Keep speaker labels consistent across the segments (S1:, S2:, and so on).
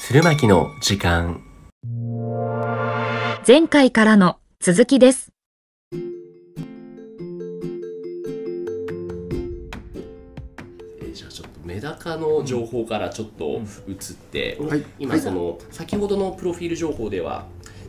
S1: 鶴巻の時間
S2: 前回からの続きです。
S1: えーじゃあちょっとメダカの情報からちょっと移って、
S3: はい
S1: 今
S3: はい
S1: その先ほどのプロフィール情報では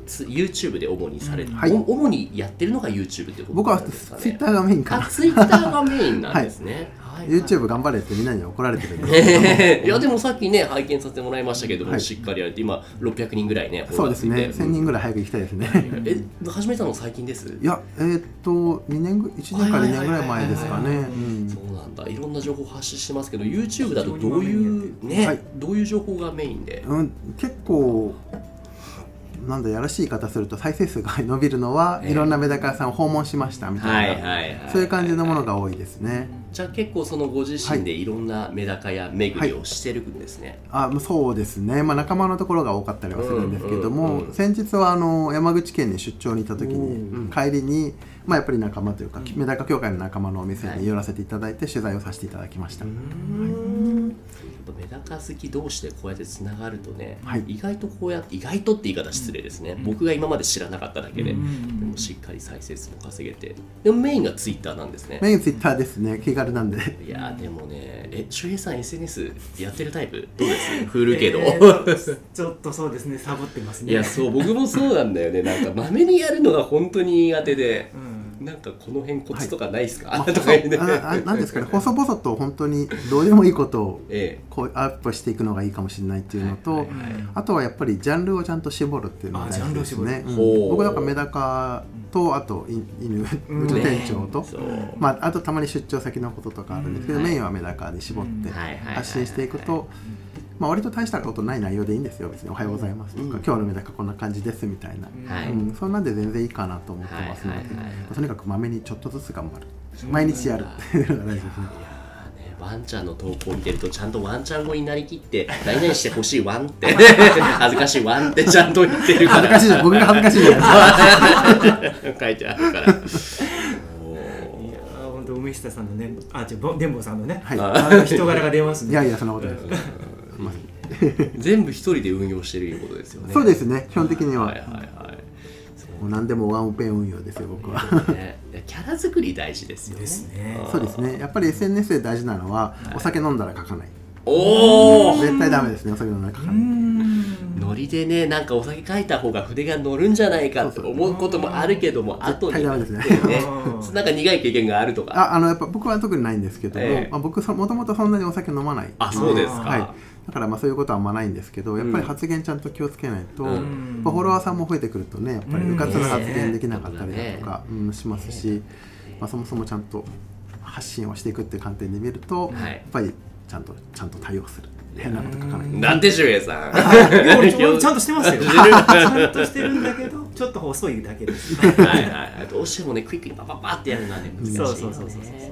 S1: つ YouTube で主にされて、
S3: はい
S1: お主にやってるのが YouTube ってこと
S3: 僕は
S1: なんですかね
S3: ツイッターがメインか
S1: あ
S3: な。
S1: ツイッターがメインなんですね、はいはい
S3: YouTube 頑張れってみんなに怒られてるんで。
S1: え ーいやでもさっきね拝見させてもらいましたけども、
S3: はい
S1: しっかりやれて今600人ぐらいね
S3: そうですね。
S1: フォロワー
S3: 1000
S1: ついて
S3: 人ぐらい早く行きたいですね。
S1: え始めたの最近です
S3: いや、えーっと、2年ぐ、1年か2年ぐらい前ですか
S1: はい
S3: ね
S1: はいはいはい。
S3: うん
S1: そうなんだいろんな情報発信してますけど YouTube だとどういうね、
S3: はい
S1: どういう情報がメインで
S3: うん、結構なんだやらしい言い方すると再生数が伸びるのは、
S1: ええ
S3: いろんなメダカ屋さんを訪問しましたみたいな、
S1: はいは
S3: そういう感じのものが多いですね。
S1: じゃあ結構そのご自身でいろんなメダカや巡りをしてるんですね、
S3: あそうですね、まあ、仲間のところが多かったりはするんですけども、
S1: うんうんうん
S3: 先日はあの山口県に出張に行った時
S1: う
S3: に帰りに、まあ、やっぱり仲間というか、メダカ協会の仲間のお店
S1: はい
S3: に寄らせていただいて取材をさせていただきました、
S1: うんやっぱメダカ好き同士でこうやってつながるとね、
S3: はい
S1: 意外とこうやって意外とって言い方失礼ですね、僕が今まで知らなかっただけで、でもしっかり再生数も稼げてでもメインがツイッターなんですね
S3: メインツイッターですね気軽なんで
S1: いやーでもねえ周平さん SNS やってるタイプどう です振るけど、
S4: えーちょっとそうですね、サボってますね。
S1: いやそう僕もそうなんだよねなんかまめにやるのが本当に苦手で
S4: うん。
S1: なんかこの辺コツとかないですか、
S3: まあ
S1: とか言うね
S3: ああなんですかね細々と本当にどうでもいいことを
S1: え
S3: こうアップしていくのがいいかもしれないっていうのと、
S1: はいはい
S3: あとはやっぱりジャンルをちゃんと絞るっていうのが大事です
S4: あ
S3: ね。
S1: ジャンルを絞る
S3: うん僕なんかメダカとあとい犬、
S4: うん
S3: うちの店長と、
S1: そうはい
S3: まあ、あとたまに出張先のこととかあるんですけど、メインはメダカに絞って
S1: はいはいはい
S3: 発信していくと、まあ、割と大したことない内容でいいんですよ別に「おはようございます」とか、今日のメダカこんな感じです」みたいな、
S1: はい
S3: うん、そんなんで全然いいかなと思ってますので、
S1: はいはいはいはい
S3: とにかくまめにちょっとずつ頑張る毎日やるっていうのが大事ですね。
S1: まあねワンちゃんの投稿見てるとちゃんとワンちゃん語になりき って何々してほしいワンって 恥ずかしいワンってちゃんと言ってるか
S3: 恥ず からしいじゃん僕が恥ずかしいじゃないですか。
S1: 書いてあるから
S4: いやー、本当梅下さんのね、あ、じゃ、ぼ、でんぼさんのね、
S3: はい
S4: あの人柄が出ます
S3: い
S4: ね。
S3: やいやそんなことないです。
S1: 全部一人で運用してるいうことですよね
S3: そうですね基本的には、
S1: はいはいはい
S3: もう何でもワンオペ運用ですよ僕は
S1: ねいやキャラ作り大事ですよね
S4: ですね。
S3: そうですねやっぱり SNS で大事なのは、お酒飲んだら書かない
S1: おお
S3: 絶対ダメですねお酒飲んだら書かない、
S1: ノリでねなんかお酒書いた方が筆が乗るんじゃないかって思うこともあるけども後に
S3: 絶対ダメ
S1: ね
S3: ですね
S4: うん
S1: なんか苦い経験があるとか
S3: ああのやっぱ僕は特にないんですけども、
S1: ええ
S3: まあ、僕そもともとそんなにお酒飲まない
S1: あそうですか
S3: はい、だからまあそういうことはあんまないんですけどやっぱり発言ちゃんと気をつけないと、
S1: うん
S3: まあフォロワーさんも増えてくるとねやっぱり
S4: うん
S3: うかつな発言できなかったりだとか、うんしますし、まあ、そもそもちゃんと発信をしていくっていう観点で見ると、
S1: はい
S3: やっぱりちゃんとちゃんと対応する変なこと書かない、
S1: なんて秀平さん
S4: いや俺ちょちゃんとしてま すよ。ちゃんとしてるんだけど、ちょっと細いだけです。
S1: はいはいはいどうしてもねクイックにパパパってやるのはね難しい
S4: そう
S1: よ
S4: そ
S1: ね
S4: うそうそうそう。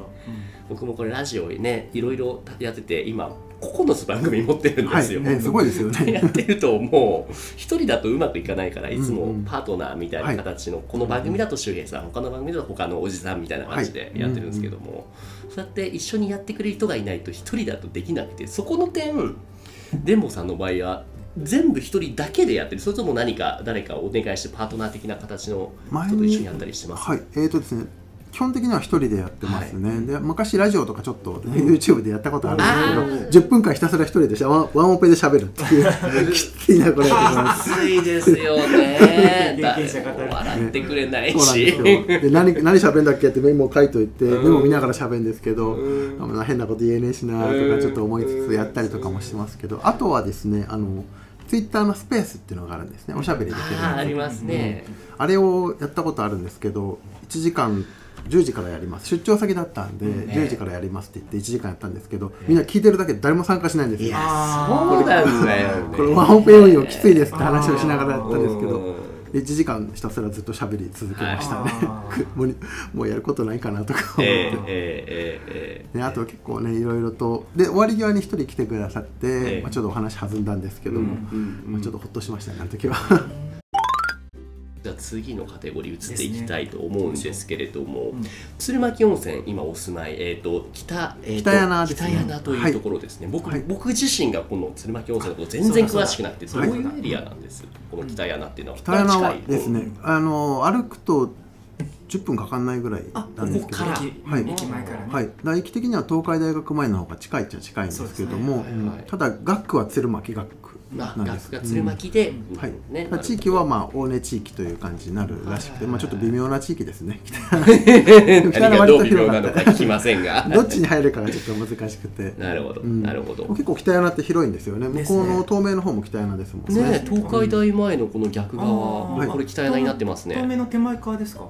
S1: 僕もこれラジオにねいろいろやってて今9つ番組持ってるんで
S3: はい、
S1: す
S3: え
S1: よ、
S3: ーすごいですよ ね
S1: やってるともう一人だとうまくいかないからいつ
S3: う
S1: も
S3: んうん
S1: パートナーみたいな形のこの番組だと周平さん他の番組だと他のおじさんみたいな感じでやってるんですけどもそうやって一緒にやってくれる人がいないと一人だとできなくてそこの点デンボさんの場合は全部一人だけでやってるそれとも何か誰かお願いしてパートナー的な形の人と一緒にやったりしてます
S3: はい、えーとですね、基本的には一人でやってますね。で、昔ラジオとかちょっと YouTube でやったことあるんですけど、10分間ひたすら一人でしゃワンワンオペで喋るっていう きついなこれやってます。
S1: 暑いですよ ね
S4: 経験者
S1: 誰
S4: 語る
S1: も笑ってくれない
S3: そうなんです
S1: し
S3: よ。で何何喋んだっけってメモ書いといて、メモ見ながら喋るんですけど、あ変なこと言えねえしなとかちょっと思いつつやったりとかもしてますけど、あとはですね、あの Twitter のスペースっていうのがあるんですね。おしゃべりできるや つ
S1: あーありますね、
S3: あれをやったことあるんですけど1時間10時からやります出張先だったんで、10時からやりますって言って1時間やったんですけど、みんな聞いてるだけで誰も参加しないんです
S1: い
S3: よ
S1: や
S4: あー
S1: そうなんだよね
S3: これワンオペ運用きついですって話をしながらやったんですけ
S1: う
S3: ど
S1: ん
S3: 1時間ひたすらずっと喋り続けましたね、
S4: あ
S3: もうもうやることないかなとか
S1: え
S3: 思って
S1: ええええ
S3: ね、あとは結構ねいろいろとで終わり際に1人来てくださって、
S1: え
S3: まあ、ちょっとお話弾んだんですけども、
S1: うんうんうん
S3: まあ、ちょっとほっとしましたねあの時は
S1: じゃあ次のカテゴリー移っていきたいと思うんですけれども、
S4: うん
S1: 鶴巻温泉今お住まい、えー、と北、えーと
S3: 北柳ですね
S1: 北柳というところですね、僕
S3: はい
S1: 僕自身がこの鶴巻温泉のこと全然詳しくなくて
S4: そ
S1: ど
S4: う
S1: う
S4: だ
S1: いうエリアなんです、この北柳っていうのは
S3: 北山は
S1: 近い
S3: ですねあの歩くと10分かかんないぐらい
S4: あ
S3: なんですけど
S1: ここから
S3: はい
S4: 駅前からね、
S3: はい、大駅的には東海大学前の方が近いっちゃ近いんですけども、
S1: そうですねはいはい
S3: ただ学区は鶴巻学区
S1: まあ、
S3: なんです
S1: 学が鶴巻で、
S3: うんはい
S1: ね
S3: まあ地域はまあ大根地域という感じになるらしくて、まあ、ちょっと微妙な地域で すね
S1: 何がどう微妙なのか聞きませんが
S3: どっちに入るかがちょっと難しくて
S1: なるほど、
S3: う ん
S1: なるほど
S3: 結構北柳って広いんですよね向
S4: です
S3: こ
S4: ね
S3: うの東名の方も北柳ですもんね
S1: ねえ東海大前のこの逆側、
S4: あ
S3: ー
S1: これ北柳になってますね、
S4: 遠目の手前側ですか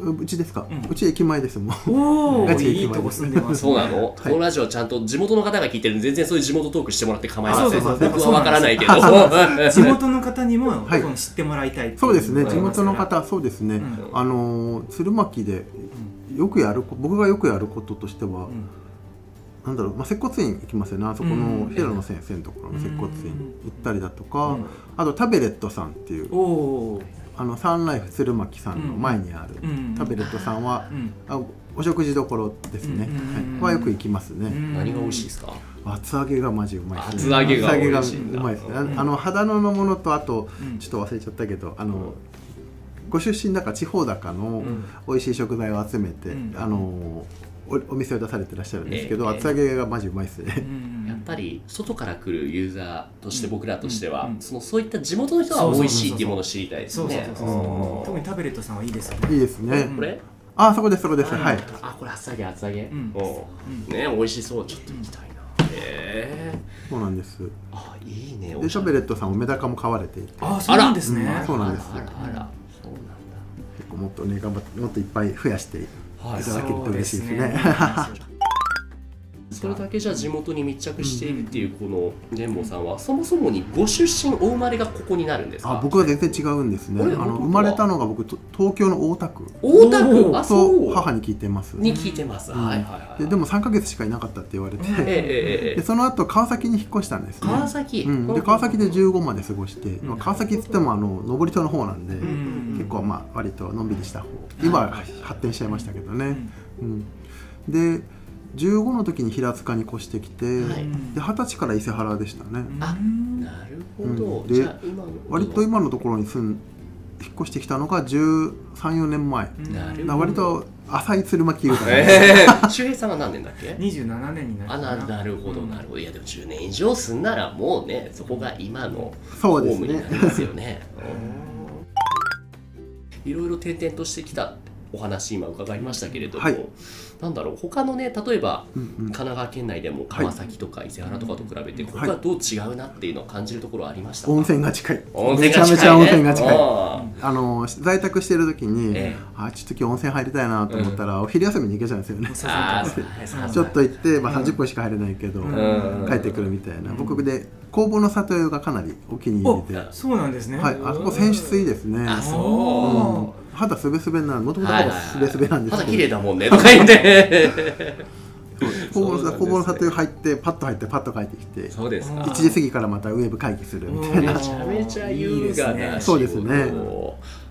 S3: ううちですか、
S4: う
S3: うんち駅前ですもん
S4: おお
S3: ガチで
S4: い
S3: 駅
S4: い
S3: 前
S4: とこ住んで ます、
S1: そうなの、このラジオちゃんと地元の方が聞いてるんで全然そういう地元トークしてもらって構いません
S4: あそうそうそう
S1: 僕はわからないけど
S4: そう地元の方にも、
S3: はい
S4: この知ってもらいたいってい
S3: そうです
S4: の
S3: ね
S4: があ
S3: 地
S4: ります
S3: 元の
S4: から
S3: 方そうですね、
S4: うん
S3: あのー鶴巻でよくやるこ僕がよくやることとしては、
S4: うん
S3: なんだろう、まあ、接骨院行きますよねあそこ
S4: う
S3: の
S4: ん
S3: 平野先生のところの接骨院行ったりだとか、
S4: うん
S3: あとタベレットさんっていう
S4: おおー
S3: あのサンライフ鶴巻さんの前にある、
S4: うん
S3: タベレットさんは
S4: う、ん
S3: あお食事どころですね、
S4: うん
S3: はい、はよく行きますね、
S1: 何が美味しいですすか
S3: 厚揚げがマジうまいです
S1: 厚揚げが
S3: 厚揚げ
S1: 美
S3: が
S1: 味しいんだ
S3: うまいですねあ
S4: うん
S3: あの秦野のものとあと
S4: うん
S3: ちょっと忘れちゃったけどあのご出身だか地方だかの
S4: ん
S3: 美味しい食材を集めて、
S4: うん
S3: あのおお店を出されてらっしゃるんですけど、
S1: ええ
S3: 厚揚げがマジうまいですね、
S1: やっぱり外から来るユーザーとして僕らとしては、
S4: うん
S1: そのそういった地元の人が美味しいっていうものを知りたいです
S4: そうそう
S1: ね
S4: そ
S1: う
S4: うそ
S1: ん
S4: う特にタブレットさんはいいですよ
S3: い
S4: ね
S3: いですね、
S4: うん
S1: これ
S3: あそこですそこです
S4: うん
S3: はい
S1: あこれ厚揚げ厚揚げ、
S4: ん
S1: おうね美味しそうちょっと行きたいなへえ
S3: そうなんですで
S1: あいいね
S3: シャベレットさんもメダカも飼われていて
S4: あそうなんですね
S3: あらそうなんです
S1: あらあらそうなんだ
S3: 結構もっとね頑張ってもっといっぱい増やしてい
S1: はい
S3: ただけると嬉しいですね
S4: そうですね
S1: それだけじゃ地元に密着しているっていうこの伝坊さんはそもそもにご出身お生まれがここになるんですか
S3: あ僕は全然違うんですね
S1: あ
S3: あ
S1: れ
S3: の
S1: 本当
S3: 生まれたのが僕と東京の大田区
S1: 大田
S4: お
S1: 区
S4: ー
S1: あ
S3: と
S1: そう
S3: 母に聞いてます
S1: に聞いてます、
S3: うん
S1: はいはいはい
S3: ででも3ヶ月しかいなかったって言われ
S4: う
S3: て、
S4: ん
S1: えええええ
S3: で
S1: え
S3: その後川崎に引っ越したんですね
S1: 川崎、
S3: うん、で川崎で15まで過ごして、
S4: ん
S3: まあ、川崎っつってもあの上り戸の方なんで、
S4: ん
S3: 結構まあ割とのんびりした方今は発展しちゃいましたけどね、うん、で15の時に平塚に越してきて、
S1: はい
S3: で二十歳から伊勢原でしたね
S1: あ
S4: うん
S1: なるほど、
S3: うんで
S1: じゃあ今の
S3: 割と今のところに住ん引っ越してきたのが134年前、
S1: なるほ
S3: な
S1: ど
S3: 割と浅い鶴巻優香
S1: ええ周平さんは何年だっ け
S4: 27年になる
S1: あななるほどなるほどいやでも10年以上住んだらもうねそこが今の
S3: そうで
S1: ホ
S3: す
S1: ームに
S3: ね
S1: なりますよね。うんいろいろ転々としてきたお話今伺いましたけれども、
S3: はい
S1: なんだろう他のね例えば
S3: うんうん
S1: 神奈川県内でも川崎とか伊勢原とかと比べてここがどう違うなっていうのを感じるところはありましたか
S3: 温泉が近い
S1: 温泉が近い、ね、
S3: めちゃめちゃ温泉が近い
S1: うん
S3: あの在宅してる時に、
S1: ええ
S3: あちょっと今日温泉入りたいなと思ったら、お昼休みに行けちゃうんですよね
S4: さ
S1: あ
S4: さ
S1: ーさあ
S3: ちょっと行って、まあ、30分しか入れないけど、
S1: ん
S3: 帰ってくるみたいな、僕で工房の里がかなりお気に入りで、
S1: お
S3: はい、
S4: そうなんですね
S3: あそこ泉質いいですね
S1: あ
S3: う
S1: そ
S3: ん肌すべすべなもと
S1: う、
S3: もと肌すべすべなんです
S1: 肌綺
S3: けど、
S1: 麗だもんねとか言 って
S3: 工
S1: そ
S3: 房
S1: うなんです
S3: の
S1: ね
S3: 工房の里入ってパッと入ってパッと帰ってきて
S1: そうですか
S4: あ
S3: 1時過ぎからまたウェブ会議するみたい
S1: め
S3: な、
S1: ちゃめちゃ優雅な仕事
S3: そうですね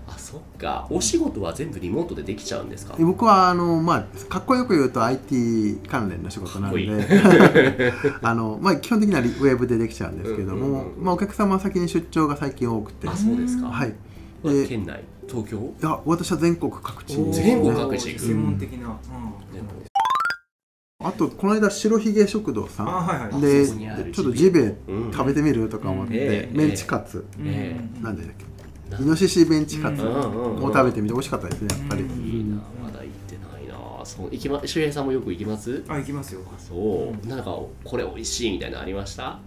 S1: あそっかお仕事は全部リモートでできちゃうんですか
S3: 僕はあの、まあ、かっこよく言うと IT 関連の仕事なんで
S1: かっ
S3: あの、まあ、基本的にはリウェブでできちゃうんですけども、
S1: うんうんうんうん
S3: まあ、お客様先に出張が最近多くて、
S1: あそうですか
S3: はい、
S1: え
S3: で
S1: 県内東京
S3: いや私は全国各地
S4: おー
S3: に
S1: 全国各地行く
S4: 専門的な、うん
S3: あとこの間白ひげ食堂
S4: あ
S3: さ
S4: はいはい
S3: ん
S1: あ
S3: で
S1: そこにある
S3: ちょっとジビエ
S1: うん
S3: 食べてみるとか思って、
S1: うん
S3: メンチカツ、
S4: うん
S1: え
S3: なんでだっ
S1: な
S3: けイノシシメンチカツ
S1: うんうんうんうん
S3: を食べてみて美味しかったですねやっぱり、
S4: うん
S1: いいなまだ行ってないなそう行きま周平さんもよく行きます
S4: あ行きますよ
S1: そうなんかこれ美味しいみたいなのありました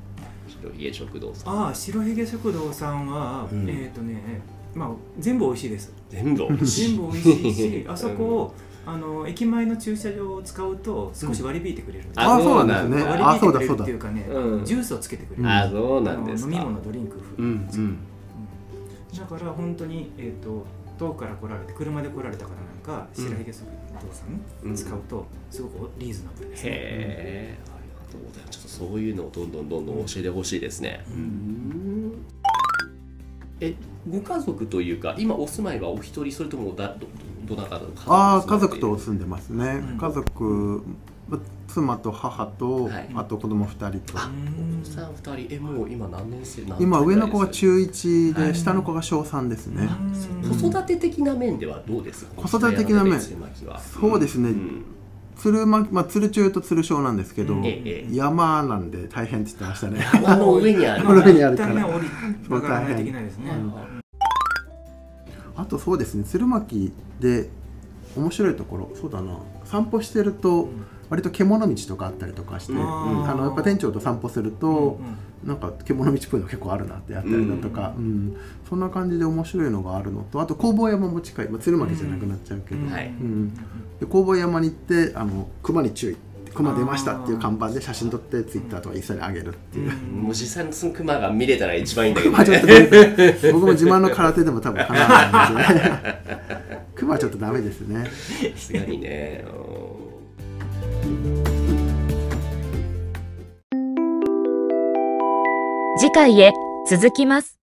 S1: 白ひげ食堂さん
S4: ああ白ひげ食堂さんは、
S1: うん
S4: えっ、とねまあ全部美味しいです
S1: 全部美味しい
S4: 全部美味しいしあそこを、あの駅前の駐車場を使うと少し割り引いてくれる、
S1: あ
S3: あそうなんですね
S1: そうな
S4: 割り引い
S3: あ
S4: て
S3: そう
S4: く
S3: だ
S4: れ
S3: そ
S4: る
S3: うだ
S4: っていうかね、
S1: うん
S4: ジュースをつけてくれる、
S3: うん
S1: あそうな
S4: あ
S1: ん
S4: の
S1: です
S4: 飲
S1: か
S4: み物ドリンク
S1: う
S4: 風、
S1: んうん
S4: だから本当にえっ、と遠くから来られて車で来られた方なんか白ひげ食堂さ
S1: うん
S4: ん使うとすごくリーズナブルですね、
S1: へえありがとうございますちょっとそういうのをどんどんどんどん教えてほしいですね
S4: うん
S1: えご家族というか今お住まいはお一人それともだどどどなたか
S3: ああ家族と住んでますね、
S4: うん
S3: 家族ま妻と母と、
S1: はい
S3: あと子供二人と
S1: あお子さん二人えもう今何年生なん
S3: 今上の子が
S1: 中
S3: 中1で、
S1: はい
S3: 下の子が小3ですね、
S1: 子育て的な面ではどうですか
S3: 子育て的な面
S1: 鶴巻は
S3: そうですね
S1: ん
S3: 鶴巻、まあ、鶴中と鶴小なんですけど、
S4: うん
S1: ええ
S3: 山なんで大変って言ってましたね
S1: 山の上にある
S3: この上にあるから
S4: 一旦ね降り曲がらないといけないですね。
S1: うん
S3: あとそうですね鶴巻で面白いところそうだな散歩してると割と獣道とかあったりとかして、
S1: うん
S3: あのやっぱ店長と散歩すると
S4: う、ん
S3: なんか獣道っぽいの結構あるなってやったりだとか、うんそんな感じで面白いのがあるのとあと工房山も近い、まあ、鶴巻じゃなくなっちゃうけど、
S4: うん
S1: はい
S3: うんで工房山に行ってあの熊に注意熊出ましたっていう看板で写真撮ってツイッターとかインスタに上げるっていう、
S1: もう実際のその熊が見れたら一番いいんだけど
S3: まあちょ
S1: ね
S3: っとごめんなさい僕も自慢の空手でも多分かなわないんですね熊はちょっとダメですね
S1: さすがにね
S2: 次回へ続きます。